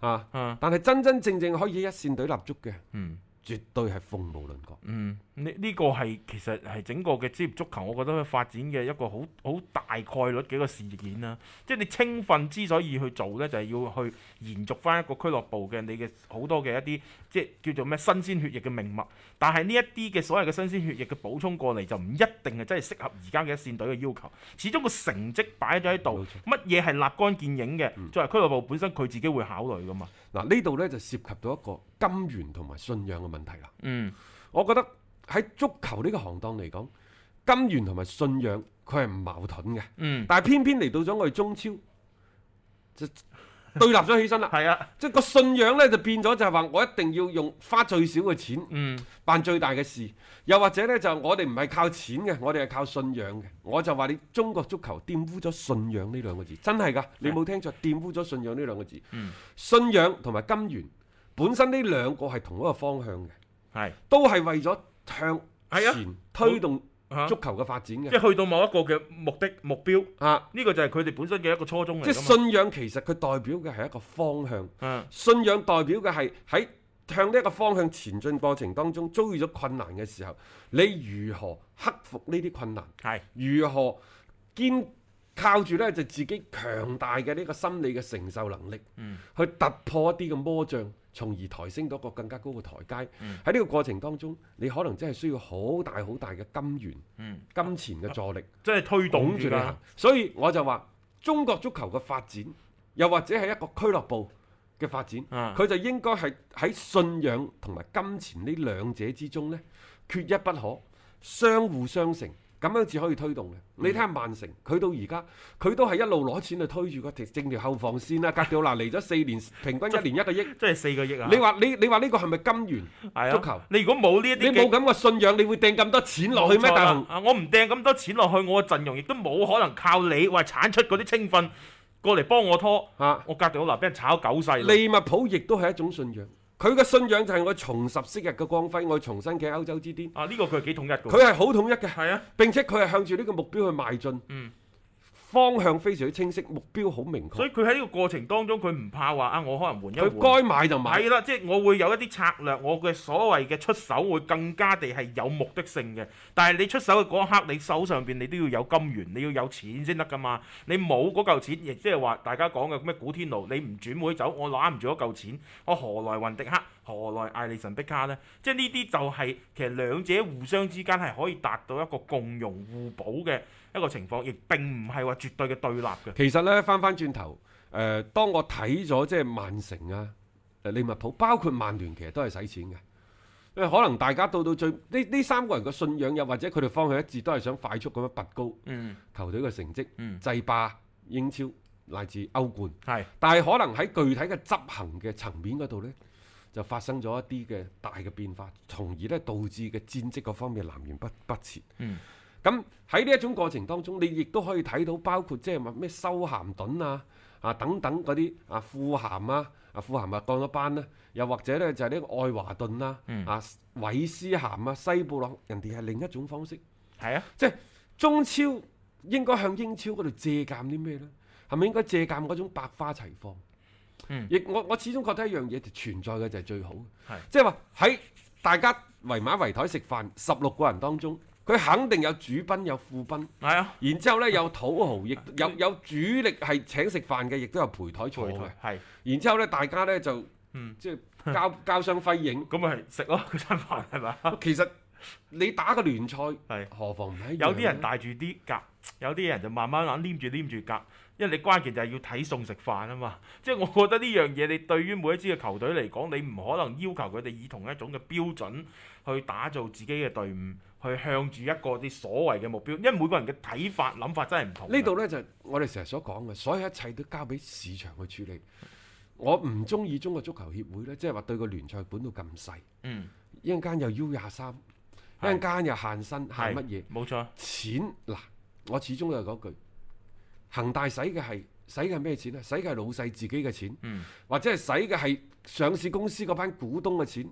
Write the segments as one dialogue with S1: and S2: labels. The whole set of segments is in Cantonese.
S1: 啊！
S2: 嗯
S1: 但係真真正正可以喺一線隊立足嘅，
S2: 嗯。
S1: 絕對係鳳毛麟角。
S2: 嗯，呢呢個係其實係整個嘅職業足球，我覺得佢發展嘅一個好好大概率嘅一個事件啦。即係你青訓之所以去做呢，就係、要去延續翻一個俱樂部嘅你嘅好多嘅一啲即係叫做咩新鮮血液嘅命脈。但係呢一啲嘅所謂嘅新鮮血液嘅補充過嚟，就唔一定係真係適合而家嘅一線隊嘅要求。始終個成績擺咗喺
S1: 冇
S2: 度
S1: 錯，
S2: 乜嘢係立竿見影嘅，作為俱樂部本身佢自己會考慮噶嘛。
S1: 嗱，呢度呢就涉及到一個金源同埋信仰嘅問題啦。
S2: 嗯，
S1: 我覺得喺足球呢個行當嚟講，金源同埋信仰佢係唔矛盾嘅，
S2: 嗯，
S1: 但係偏偏嚟到咗我哋中超就對立咗起身啦。
S2: 係啊，
S1: 即係個信仰呢，就變咗就係話我一定要用花最少嘅錢
S2: 嗯。
S1: 辦最大嘅事，又或者呢，就我哋唔係靠錢嘅，我哋係靠信仰嘅。我就話你中國足球玷污咗信仰呢兩個字，真係㗎，你冇聽錯，玷污咗信仰呢兩個字。
S2: 嗯
S1: 信仰同埋金源本身呢兩個係同一個方向嘅，
S2: 係
S1: 都係為咗向
S2: 係啊
S1: 前推動
S2: 啊
S1: 足球嘅發展
S2: 即
S1: 嘅。
S2: 係去到某一個嘅目的目標，呢、
S1: 啊，
S2: 個就係佢哋本身嘅一個初衷嚟
S1: 即係
S2: 㗎嘛。
S1: 信仰其實佢代表嘅係一個方向，
S2: 嗯
S1: 信仰代表嘅係喺向呢一個方向前進過程當中遭遇咗困難嘅時候，你如何克服呢啲困難？
S2: 係
S1: 如何堅靠住呢？就自己強大嘅呢個心理嘅承受能力，
S2: 嗯
S1: 去突破一啲嘅魔障，從而抬升到一個更加高嘅台階。
S2: 嗯
S1: 喺呢、個過程當中，你可能真係需要好大好大嘅金源、
S2: 嗯，
S1: 金錢 嘅助力，
S2: 即係推動
S1: 拱住
S2: 住
S1: 你行
S2: 啦。。
S1: 所以我就話，中國足球嘅發展，又或者係一個俱樂部嘅發展，
S2: 啊
S1: 佢就應該係喺信仰同埋金錢呢兩者之中呢，缺一不可，相互相成，咁樣至可以推動
S2: 嗯
S1: 嘅。你睇下曼城，佢到而家佢都係一路攞錢去推住個直正條後防線啦。格調嗱嚟咗四年，平均一年一個億。
S2: 即係四個億啊！
S1: 你話你你話呢個係咪金元
S2: 係啊
S1: 足球？
S2: 你如果冇呢一
S1: 你
S2: 啲
S1: 冇
S2: 嘅
S1: 咁嘅信仰，你會掟咁多錢落去咩？
S2: 冇錯啦
S1: 大雄，
S2: 啊，我唔掟咁多錢落去，我嘅陣容亦都冇可能靠你話產出嗰啲青訓過嚟幫我拖。
S1: 啊
S2: 我格迪奧拿俾人炒狗勢啦，
S1: 利物浦亦都係一種信仰。佢嘅信仰就係我重拾昔日嘅光輝，我重新企喺歐洲之巔。
S2: 啊呢個佢係幾統一㗎喎。
S1: 佢係好統一嘅，
S2: 係啊，
S1: 並且佢係向住呢個目標去邁進。
S2: 嗯
S1: 方向非常之清晰，目標好明
S2: 所
S1: 確。
S2: 以佢喺呢個過程當中，佢唔怕話啊，我可能換一
S1: 佢
S2: 換。
S1: 該買就買
S2: 係。啦，即係我會有一啲策略，我嘅所謂嘅出手會更加地係有目的性嘅。但係你出手嘅嗰一刻，你手上邊你都要有金元，你要有錢先得噶嘛。你冇嗰嚿錢，亦即係話大家講嘅咩古天奴，你唔轉會走，我揦唔住嗰嚿錢，我何來雲迪克，何來艾利神碧卡呢？即係呢啲就係、其實兩者互相之間係可以達到一個共融互補嘅一個情況，亦並唔係話絕對嘅對立嘅。
S1: 其實呢，翻翻轉頭，誒、當我睇咗即係曼城啊、誒利物浦，包括曼聯，其實都係使錢嘅。因為可能大家到到最呢呢三個人嘅信仰，又或者佢哋方向一致，都係想快速咁樣拔高
S2: 嗯，
S1: 球隊嘅成績，
S2: 嗯
S1: 制霸英超乃至歐冠。
S2: 係。
S1: 但係可能喺具體嘅執行嘅層面嗰度呢，就發生咗一啲嘅大嘅變化，從而呢導致嘅戰績嗰方面南轅北北轍。
S2: 嗯
S1: 咁喺呢一種過程當中，你亦都可以睇到，包括即係話咩修咸頓啊、啊等等嗰啲啊富咸啊、啊富咸啊降咗班啦、又或者呢就係呢個愛華頓啦、
S2: 嗯
S1: 啊韋斯咸啊、西布朗，人哋係另一種方式。
S2: 係啊，
S1: 即係中超應該向英超嗰度借鑑啲咩呢？係咪應該借鑑嗰種百花齊放？
S2: 嗯
S1: 亦我我始終覺得一樣嘢就存在嘅就係最好
S2: 係，
S1: 即係話喺大家圍埋圍台食飯，十六個人當中，佢肯定有主賓有副賓，
S2: 係啊，
S1: 然之後呢，有土豪，亦
S2: 嗯
S1: 有有主力係請食飯嘅，亦都有陪台坐嘅，
S2: 係。
S1: 然之後呢，大家呢就
S2: 嗯
S1: 即係 交交相輝映。
S2: 咁咪食咯 嗰餐飯係咪？
S1: 其實你打個聯賽
S2: 係，
S1: 何妨唔係一樣
S2: 有啲人
S1: 呢
S2: 帶住啲夾，有啲人就慢慢眼黏住黏住夾，因為你關鍵就係要睇餸食飯啊嘛。 即係我覺得呢樣嘢，你對於每一支嘅球隊嚟講，你唔可能要求佢哋以同一種嘅標準去打造自己嘅隊伍，去向住一個啲所謂嘅目標，因為每個人嘅睇法諗法真係唔同嘅。
S1: 呢度呢，就係我哋成日所講嘅，所有一切都交俾市場去處理。我唔中意中國足球協會呢，即係話對個聯賽管到咁細，
S2: 嗯
S1: 一陣間又 U 廿三，一
S2: 係
S1: 陣間又限薪
S2: 係
S1: 限乜嘢
S2: 冇錯，
S1: 錢嗱，我始終都係嗰句，恒大使嘅係使嘅係咩錢啊？使嘅係老細自己嘅錢，
S2: 嗯
S1: 或者係使嘅係上市公司嗰班股東嘅錢。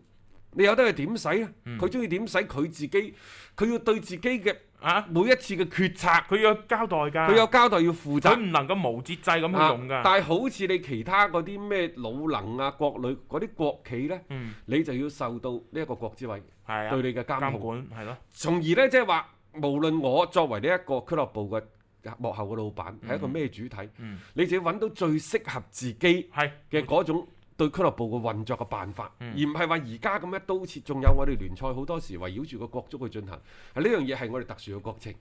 S1: 你由得佢點使啊？
S2: 嗯
S1: 佢中意點使佢自己，佢要對自己嘅
S2: 啊，
S1: 每一次嘅決策，
S2: 佢要交代㗎，
S1: 佢有交代要負責
S2: 佢。啊唔能夠無節制咁去用㗎。
S1: 啊但係好似你其他嗰啲咩魯能啊、國旅嗰啲國企呢，
S2: 嗯，
S1: 你就要受到呢一個國資委
S2: 係啊，
S1: 對你嘅監
S2: 監
S1: 控，
S2: 管係咯，
S1: 從而呢，即係話無論我作為呢一個俱樂部嘅幕後嘅老闆，係、一個咩主體，
S2: 嗯
S1: 你就要揾到最適合自己
S2: 係
S1: 嘅嗰種。對俱樂部嘅運作嘅辦法，
S2: 嗯
S1: 而唔係話而家咁一刀切。仲有我哋聯賽好多時圍繞住個國足去進行，啊係呢樣嘢係我哋特殊嘅國情，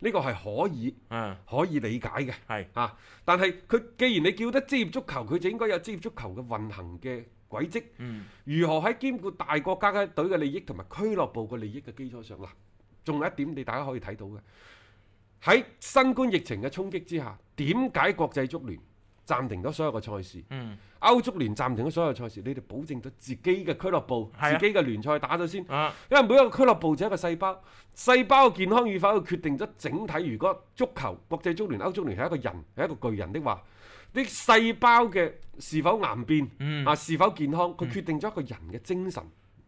S1: 呢個係可以
S2: 嗯
S1: 可以理解嘅。
S2: 係。
S1: 啊！但係佢既然你叫得職業足球，佢就應該有職業足球嘅運行嘅軌跡。
S2: 嗯
S1: 如何喺兼顧大國家嘅隊嘅利益同埋俱樂部嘅利益嘅基礎上，嗱，仲有一點你大家可以睇到嘅，喺新冠疫情嘅衝擊之下，點解國際足聯暫停咗所有嘅賽事？
S2: 嗯，
S1: 歐足聯暫停咗所有賽事，你哋保證咗自己嘅俱樂部、
S2: 係啊
S1: 自己嘅聯賽打咗先。
S2: 啊，
S1: 因為每一個俱樂部就係一個細胞，細胞嘅健康與否，決定咗整體。如果足球、國際足聯、歐足聯係一個人，係一個巨人的話，啲細胞嘅是否癌變、
S2: 嗯啊
S1: 啊，是否健康，佢決定咗一個人嘅精神、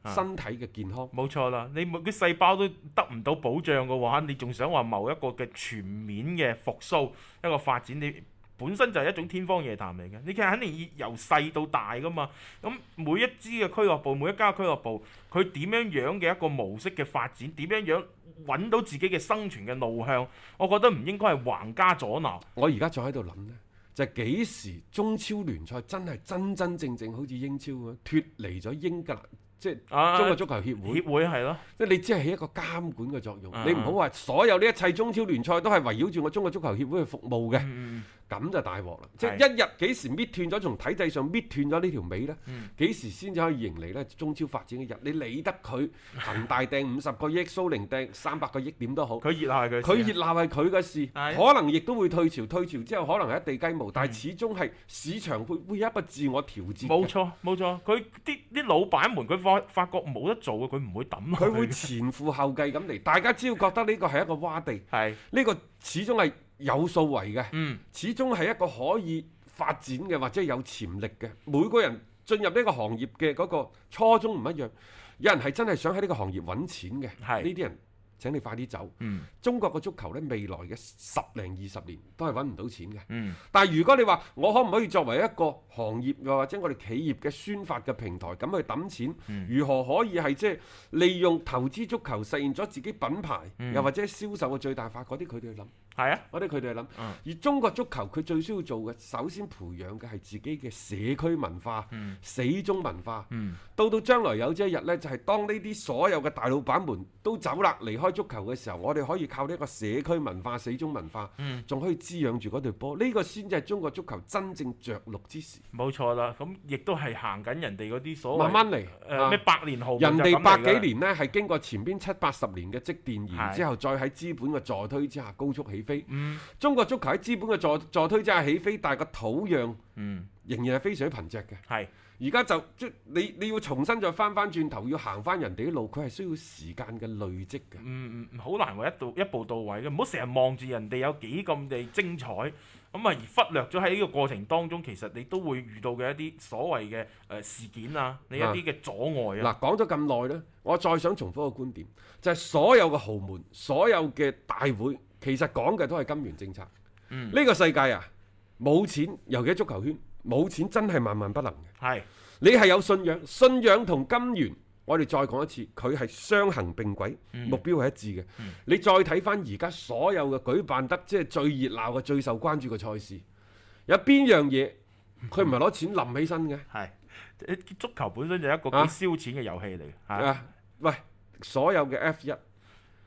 S1: 身體嘅健康。
S2: 冇錯啦，你每啲細胞都得唔到保障嘅話，你仲想話某一個嘅全面嘅復甦一個發展，你本身就係一種天方夜譚嚟嘅。你其實肯定要由細到大噶嘛。咁每一支嘅俱樂部，每一家俱樂部，佢點樣樣嘅一個模式嘅發展，點樣樣揾到自己嘅生存嘅路向，我覺得唔應該係橫加阻撓。
S1: 我而家仲喺度諗呢，就係、幾時中超聯賽真係真真正正好似英超咁脱離咗英格蘭，即係
S2: 啊
S1: 中國足球協會。
S2: 協會係咯，
S1: 即係你只係起一個監管嘅作用，
S2: 啊嗯
S1: 你唔好話所有呢一切中超聯賽都係圍繞住我中國足球協會去服務嘅。咁就大鑊啦！即
S2: 係
S1: 係一日幾時搣斷咗，從體制上搣斷咗呢條尾呢？
S2: 嗯
S1: 幾時先至可以迎嚟呢中超發展嘅日？你理得佢恒大掟五十個億，蘇寧掟三百個億點都好，
S2: 佢熱鬧係佢，
S1: 佢啊熱鬧係佢嘅事，
S2: 係嗯
S1: 可能亦都會退潮，退潮之後可能係一地雞毛，但係始終係市場會會有一個自我調節嘅。
S2: 冇錯冇錯，佢啲啲老闆們佢發發覺冇得做嘅，佢唔會抌落去
S1: 佢會
S2: 嘅
S1: 前赴後繼咁嚟，大家只要覺得呢個係一個洼地，
S2: 係
S1: 呢個始終係有數為嘅，
S2: 嗯
S1: 始終係一個可以發展嘅或者有潛力嘅。每個人進入呢個行業嘅嗰個初衷唔一樣，有人係真係想喺呢個行業揾錢嘅，
S2: 係
S1: 呢啲人請你快啲走。
S2: 嗯
S1: 中國嘅足球呢，未來嘅十零二十年都係揾唔到錢嘅。
S2: 嗯
S1: 但係如果你話我可唔可以作為一個行業又或者我哋企業嘅宣發嘅平台咁去揼錢，
S2: 嗯
S1: 如何可以係即係利用投資足球實現咗自己品牌，
S2: 嗯
S1: 又或者銷售嘅最大化嗰啲佢哋去諗，
S2: 係啊
S1: 嗰啲佢哋去諗。
S2: 嗯
S1: 而中國足球佢最需要做嘅，首先培養嘅係自己嘅社區文化、死忠文化。
S2: 嗯
S1: 到到將來有朝一日呢，就係、當呢啲所有嘅大老闆們都走啦，離開足球嘅時候，我哋可以靠呢一個社區文化、死忠文化，
S2: 嗯
S1: 仲、可以滋養住嗰隊波。呢、個先至係中國足球真正着陸之時。
S2: 冇錯啦，咁亦都係行緊人哋嗰啲所謂
S1: 慢慢嚟，啊
S2: 誒咩百年豪門
S1: 人
S2: 就
S1: 哋
S2: 咁嚟
S1: 百
S2: 㗎啦
S1: 幾年呢，係經過前邊七八十年嘅積澱，然
S2: 係
S1: 之後再喺資本嘅助推之下高速起飛。
S2: 嗯
S1: 中國足球喺資本嘅助助推之下起飛，但係個土壤
S2: 嗯
S1: 仍然係非常之貧瘠嘅。
S2: 係
S1: 而家就即你你要重新再翻翻轉頭，要行翻人哋啲路，佢係需要時間嘅累積嘅。
S2: 嗯嗯好難話一到一步到位嘅，唔好成日望住人哋有幾咁地精彩，咁啊而忽略咗喺呢個過程當中，其實你都會遇到嘅一啲所謂嘅誒、呃事件啊，你一啲嘅阻礙啊，
S1: 嗱，講咗咁耐呢，我再想重複一個觀點，就係、所有嘅豪門、所有嘅大會，其實講嘅都係金元政策。呢、
S2: 嗯
S1: 個世界啊，冇錢，尤其係足球圈，冇錢真係萬萬不能嘅。
S2: 係
S1: 你係有信仰，信仰同金元，我哋再講一次，佢係相行並軌，
S2: 嗯
S1: 目標係一致嘅。你再睇翻而家所有嘅舉辦得即係最熱鬧嘅、最受關注嘅賽事，有邊樣嘢佢唔係攞錢冧起身嘅？
S2: 係呃足球本身就係一個
S1: 啊
S2: 幾燒錢嘅遊戲嚟嘅，係
S1: 啊！喂，所有嘅 F 一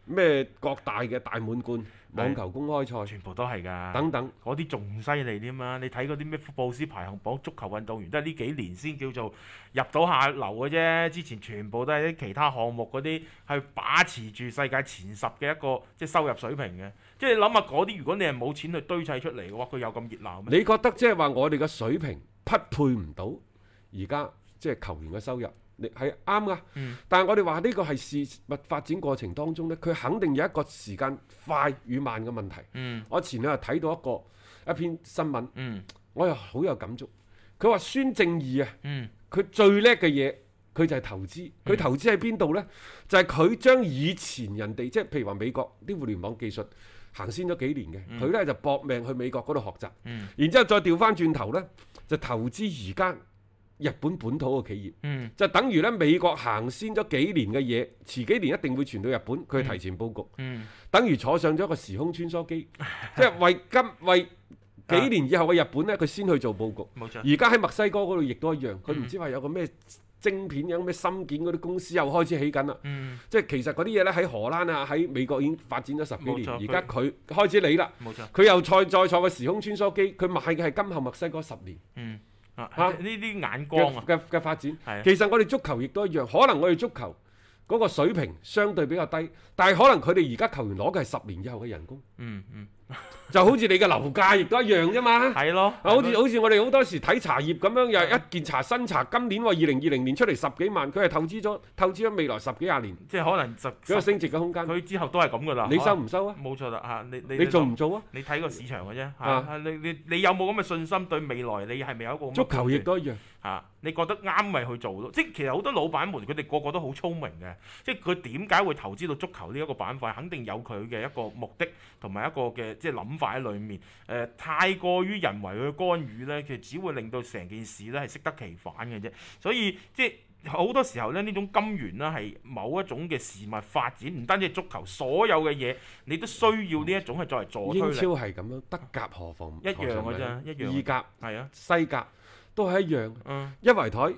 S1: 咩各大嘅大滿貫網球公開賽
S2: 全部都係㗎。
S1: 等等，
S2: 嗰啲仲犀利添啊！你睇嗰啲咩福布斯排行榜，足球運動員都係呢幾年先叫做入到下流嘅啫。之前全部都係啲其他項目嗰啲係把持住世界前十嘅一個即係收入水平嘅。即係你諗下嗰啲，如果你係冇錢去堆砌出嚟嘅話，佢有咁熱鬧咩？
S1: 你覺得即係話我哋嘅水平匹配唔到而家即係球員嘅收入？你係啱噶，
S2: 嗯
S1: 但係我哋話呢個係事物發展過程當中呢，佢肯定有一個時間快與慢嘅問題。
S2: 嗯
S1: 我前兩日睇到一個一篇新聞，
S2: 嗯
S1: 我又好有感觸。佢話孫正義啊，
S2: 嗯
S1: 佢最叻嘅嘢，佢就係投資。佢投資喺邊度呢？就係佢將以前人哋即係譬如話美國啲互聯網技術行先咗幾年嘅，佢呢就搏命去美國嗰度學習，
S2: 嗯
S1: 然之後再調翻轉頭呢，就投資而家日本本土嘅企業。
S2: 嗯
S1: 就等於咧，美國行先咗幾年嘅嘢，遲幾年一定會傳到日本，佢提前佈局，
S2: 嗯
S1: 等於坐上咗一個時空穿梭 機，即係為今為
S2: 啊
S1: 幾年以後嘅日本呢，佢先去做佈局。
S2: 冇錯。
S1: 而家喺墨西哥嗰度亦都一樣，
S2: 嗯
S1: 佢唔知話有個咩晶片有咩芯片嗰啲公司又開始起緊啦。
S2: 嗯，
S1: 即係其實嗰啲嘢呢，喺荷蘭啊，喺美國已經發展咗十幾
S2: 冇
S1: 年，
S2: 錯
S1: 而
S2: 佢
S1: 家佢開始理啦。
S2: 冇錯。
S1: 佢又再再坐個時空穿梭機，佢買嘅係今後墨西哥十年
S2: 嗯啊，
S1: 啊
S2: 呢啲眼光
S1: 嘅
S2: 啊，
S1: 嘅嘅發展
S2: 係啊。
S1: 其實我哋足球亦都一樣，可能我哋足球嗰個水平相對比較低，但係可能佢哋而家球員攞嘅係十年以後嘅人工，
S2: 嗯嗯，
S1: 就好似你嘅樓價亦都一樣啫嘛。
S2: 係啊咯。
S1: 啊，好似好似我哋好多時睇茶葉咁樣，又一件茶新茶，今年喎二零二零年出嚟十幾萬，佢係投資咗投資咗未來十幾廿年，
S2: 即係可能就
S1: 佢有升值嘅空間。
S2: 佢之後都係咁噶啦。
S1: 你收唔收啊？
S2: 冇錯啦嚇，你你
S1: 你做唔做啊？
S2: 你睇個市場嘅啫，嚇、
S1: 啊
S2: 你你你有冇咁嘅信心對未來你係咪有一個咁嘅
S1: 足球亦都一樣，
S2: 嚇、你覺得啱咪去做咯？即係其實好多老闆們佢哋個個都好聰明嘅，即係佢點解會投資到足球呢一個板塊，肯定有佢嘅一個目的同埋一個嘅即係諗法喺裡面。誒、太過於人為去干預呢，其實只會令到成件事呢係適得其反嘅啫。所以即係。好多時候咧，呢種金源啦係某一種嘅事物發展，唔單止係足球，所有嘅嘢你都需要呢一種係作為助推
S1: 英
S2: 力
S1: 超。係咁樣，德甲何況
S2: 一樣嘅啫一樣嘅
S1: 意甲、
S2: 係啊，
S1: 西甲都係一樣，
S2: 嗯
S1: 一圍台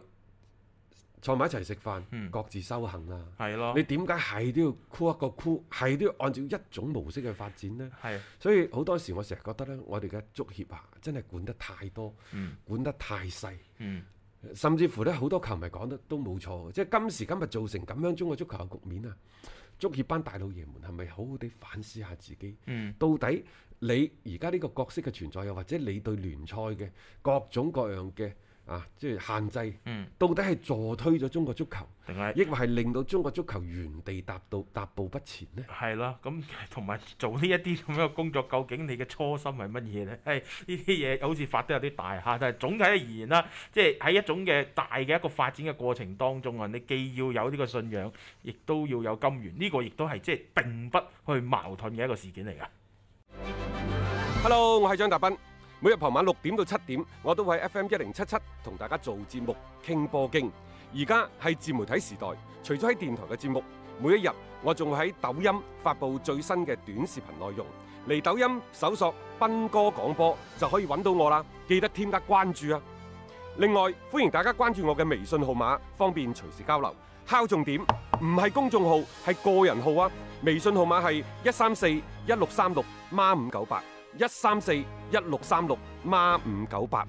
S1: 坐埋一齊食飯，
S2: 嗯
S1: 各自修行啦。
S2: 係咯
S1: 你，點解係都要箍一個箍，係都要按照一種模式去發展呢？
S2: 係
S1: 所以好多時我成日覺得呢，我哋嘅足協啊，真係管得太多，
S2: 嗯
S1: 管得太細。
S2: 嗯
S1: 甚至乎咧，好多球迷講得都冇錯嘅，即係今時今日造成咁樣中國足球嘅局面啊！足協班大老爺們係咪好好地反思下自己？
S2: 嗯
S1: 到底你而家呢個角色嘅存在，又或者你對聯賽嘅各種各樣嘅啊，即係限制，
S2: 嗯，
S1: 到底係助推咗中國足球，
S2: 定係
S1: 抑或係令到中國足球原地踏到踏步不前呢？
S2: 係啦，咁 同埋做呢一啲咁樣嘅工作，究竟你嘅初心係乜嘢呢？係呢啲嘢好似發得有啲大嚇，但係總體而言啦，即係喺一種嘅大嘅一個發展嘅過程當中啊，你既要有呢個信仰，亦都要有金源，呢、個亦都係即係並不去矛盾嘅一個事件嚟
S1: 啊
S2: 㗎。
S1: Hello，我係張達斌。每日傍晚六點到七點，我都會喺 FM 一零七七同大家做節目傾波經。而家係自媒體時代，除咗喺電台嘅節目，每一日我仲會喺抖音發布最新嘅短視頻內容。嚟抖音搜索斌哥廣播就可以揾到我啦，記得添加關注啊！另外，歡迎大家關注我嘅微信號碼，方便隨時交流。敲重點，唔係公眾號，係個人號啊！微信號碼係一三四一六三六孖五九八，一三四一六三六孖五九八。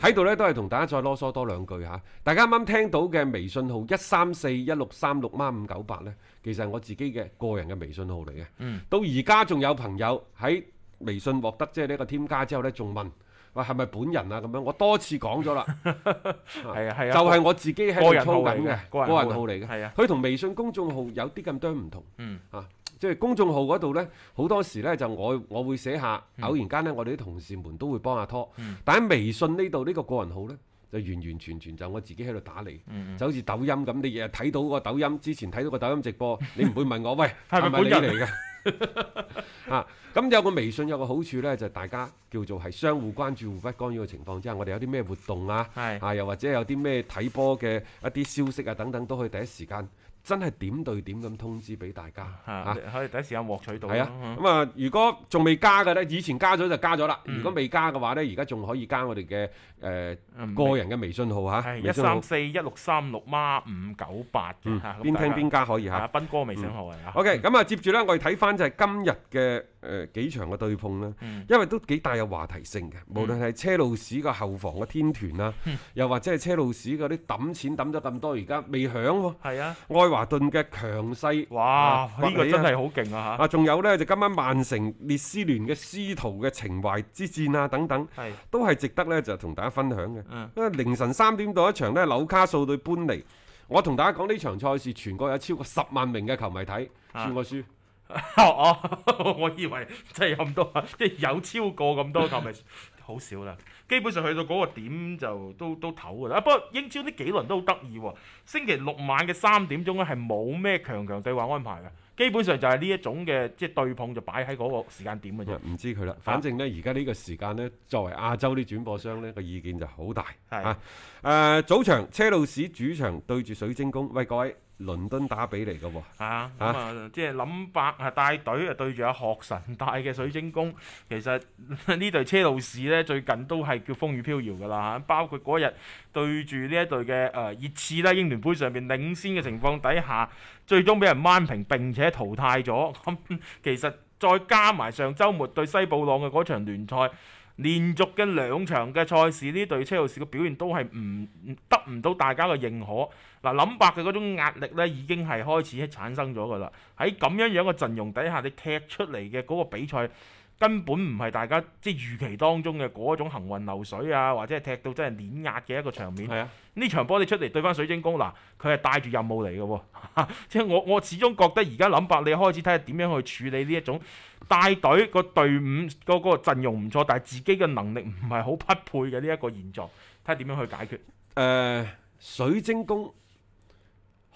S1: 喺度咧，都係同大家再囉嗦多兩句嚇。大家啱啱聽到嘅微信號一三四一六三六孖五九八呢，其實係我自己嘅個人嘅微信號嚟嘅。
S2: 嗯
S1: 到而家仲有朋友喺微信獲得即係呢個添加之後呢，仲問。喂，係咪本人啊？咁樣我多次講咗啦，
S2: 係啊係
S1: 就
S2: 啊，
S1: 係我自己喺度
S2: 個人號
S1: 操
S2: 嚟
S1: 緊嘅
S2: 嘅個人
S1: 個
S2: 號
S1: 人號嚟嘅，
S2: 係啊
S1: 佢同微信公眾號有啲咁多唔同。
S2: 嗯
S1: 啊，即係公眾號嗰度呢，好多時呢，就我我會寫下，偶然間呢，我哋啲同事們都會幫下拖。但喺微信呢度呢個個人號呢，就完完全全就我自己喺度打理，就好似抖音咁，你日日睇到個抖音，之前睇到個抖音直 播，你唔會問我喂
S2: 係咪
S1: 係咪
S2: 本
S1: 你
S2: 人
S1: 嚟嘅？ 啊，咁有個微信有個好處呢，就大家叫做係相互關注、互不干擾嘅情況之下，我哋有啲咩活動啊，
S2: 係
S1: 啊，又或者有啲咩睇波嘅一啲消息啊等等，都可以第一時間真係點對點咁通知俾大家
S2: 啊
S1: 啊。
S2: 你可以第一時間獲取到
S1: 係
S2: 啦。
S1: 啊，
S2: 嗯
S1: 咁啊，如果仲未加嘅呢，以前加咗就加咗啦。如果未加嘅話呢，而家仲可以加我哋嘅誒
S2: 嗯
S1: 個人嘅微信號嚇，
S2: 係
S1: 微
S2: 一
S1: 信號
S2: 三四一六三六孖五九八嘅
S1: 嗯
S2: 嚇，咁
S1: 邊
S2: 大
S1: 聽
S2: 家
S1: 邊加可以
S2: 係啊，
S1: 嚇。
S2: 斌哥微信號嚟啊。
S1: OK，咁啊，接住呢，我哋睇翻就係今日嘅誒幾場嘅對碰啦，
S2: 嗯
S1: 因為都幾大有話題性嘅，無論係車路士個後防嘅天團啦，
S2: 嗯
S1: 又或者係車路士嗰啲揼錢揼咗咁多，而家未響喎。
S2: 係啊，
S1: 愛華頓嘅強勢，
S2: 哇！
S1: 崛
S2: 呢個
S1: 起
S2: 真
S1: 啊
S2: 係好勁啊
S1: 啊，仲有呢，就今晚曼城列斯聯嘅師徒嘅情懷之戰啊，等等，
S2: 嚇。係
S1: 都係值得呢就同大家分享嘅。
S2: 嗯
S1: 因為凌晨三點到一場呢，紐卡素對搬尼。我同大家講呢場賽事，全國有超過十萬名嘅球迷睇，
S2: 啊
S1: 算我輸。
S2: 哦， 我以為真係有咁多 啊，即係有超過咁多球迷，好少啦。基本上去到嗰個點就都都唞㗎啦。啊不過英超呢幾輪都好得意喎。星期六晚嘅三點鐘咧係冇咩強強對話安排嘅，基本上就係呢一種嘅即係對碰就擺喺嗰個時間點嘅啫。
S1: 唔知佢啦，反正呢，而家呢個時間呢，作為亞洲啲轉播商呢個意見就好大。
S2: 係
S1: 啊，誒、早場車路士主場對住水晶宮，喂各位，倫敦打比嚟嘅喎。
S2: 啊，咁啊，即係諗白啊帶隊啊對住阿學神帶嘅水晶宮，其實 呢隊車路士呢，最近都係叫風雨飄搖㗎啦嚇，包括嗰日對住呢一隊嘅誒熱刺啦，英聯杯上面領先嘅情況底下，最終俾人扳平並且淘汰咗， 咁、其實再加埋上週末對西布朗嘅嗰場聯賽。連續嘅兩場嘅賽事，呢隊車路士嘅表現都係唔唔得唔到大家嘅認可。嗱，諗白嘅嗰種壓力呢，已經係開始產生咗噶啦。喺咁樣樣嘅陣容底下，你踢出嚟嘅嗰個比賽根本唔係大家即係預期當中嘅嗰種行雲流水啊，或者係踢到真係碾壓嘅一個場面。
S1: 係啊，
S2: 呢場波你出嚟對翻水晶宮，嗱，佢係帶住任務嚟嘅喎， 即係我我始終覺得而家諗白，你開始睇下點樣去處理呢一種帶隊個隊伍個個陣容唔錯，但係自己嘅能力唔係好匹配嘅呢一個現狀，睇下點樣去解決。
S1: 誒、呃水晶宮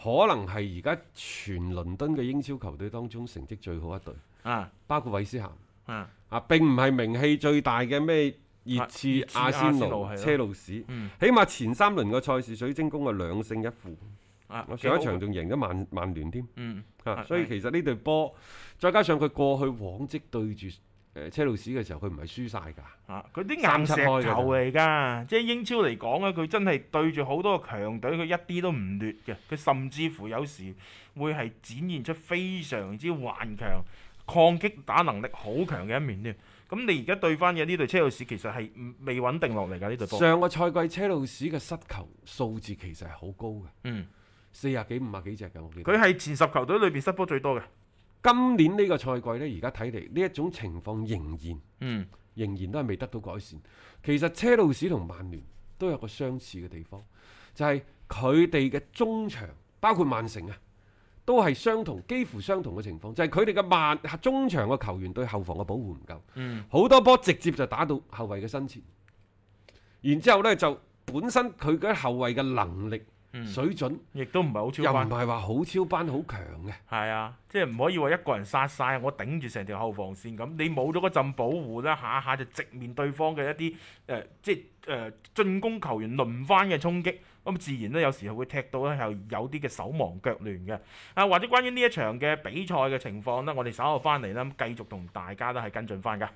S1: 可能係而家全倫敦嘅英超球隊當中成績最好一隊，
S2: 啊
S1: 包括韋斯咸
S2: 啊
S1: 啊，並唔係名氣最大嘅咩熱
S2: 啊
S1: 刺、
S2: 熱刺
S1: 阿仙
S2: 阿仙奴係
S1: 奴、
S2: 咯
S1: 車路士。
S2: 嗯
S1: 起碼前三輪嘅賽事，水晶宮係兩勝一負，
S2: 啊！
S1: 我
S2: 幾
S1: 上
S2: 好
S1: 一場仲贏咗曼曼聯添
S2: 嗯
S1: 啊！
S2: 係
S1: 所以
S2: 係
S1: 其實呢隊波，再加上佢過去往績對住誒車路士嘅時候，佢唔係輸晒㗎。
S2: 啊！佢啲
S1: 三
S2: 硬
S1: 七
S2: 石
S1: 開嘅就
S2: 球嚟㗎，即係英超嚟講咧，佢真係對住好多個強隊，佢一啲都唔劣嘅，佢甚至乎有時會係展現出非常之頑強、抗擊打能力好強嘅一面添。咁你而家對翻嘅呢隊車路士其實係唔未穩定落嚟㗎呢隊波，
S1: 上個賽季車路士嘅失球數字其實係好高嘅，
S2: 嗯，
S1: 四廿幾五廿幾隻㗎，我記得。
S2: 佢係前十球隊裏邊失波最多嘅，
S1: 今年呢個賽季呢，而家睇嚟呢一種情況仍然
S2: 嗯，
S1: 仍然都係未得到改善。其實車路士同曼聯都有個相似嘅地方，就係佢哋嘅中場，包括曼城啊，都係相同，幾乎相同嘅情況，就係佢哋嘅曼中場嘅球員對後防嘅保護唔夠，
S2: 嗯
S1: 好多波直接就打到後衞嘅身前，然之後呢，就本身佢嘅後衞嘅能力、水準
S2: 亦都唔係好
S1: 又
S2: 嗯超
S1: 唔
S2: 班，
S1: 係話好超班好強嘅。
S2: 係啊，即係唔可以話一個人殺晒，我頂住成條後防線咁，你冇咗嗰陣保護咧，下下就直面對方嘅一啲誒、呃即係誒、呃、進攻球員輪番嘅衝擊，咁自然咧有時候會踢到咧係有啲嘅手忙腳亂嘅。啊，或者關於呢一場嘅比賽嘅情況咧，我哋稍後翻嚟啦，咁繼續同大家都係跟進翻㗎。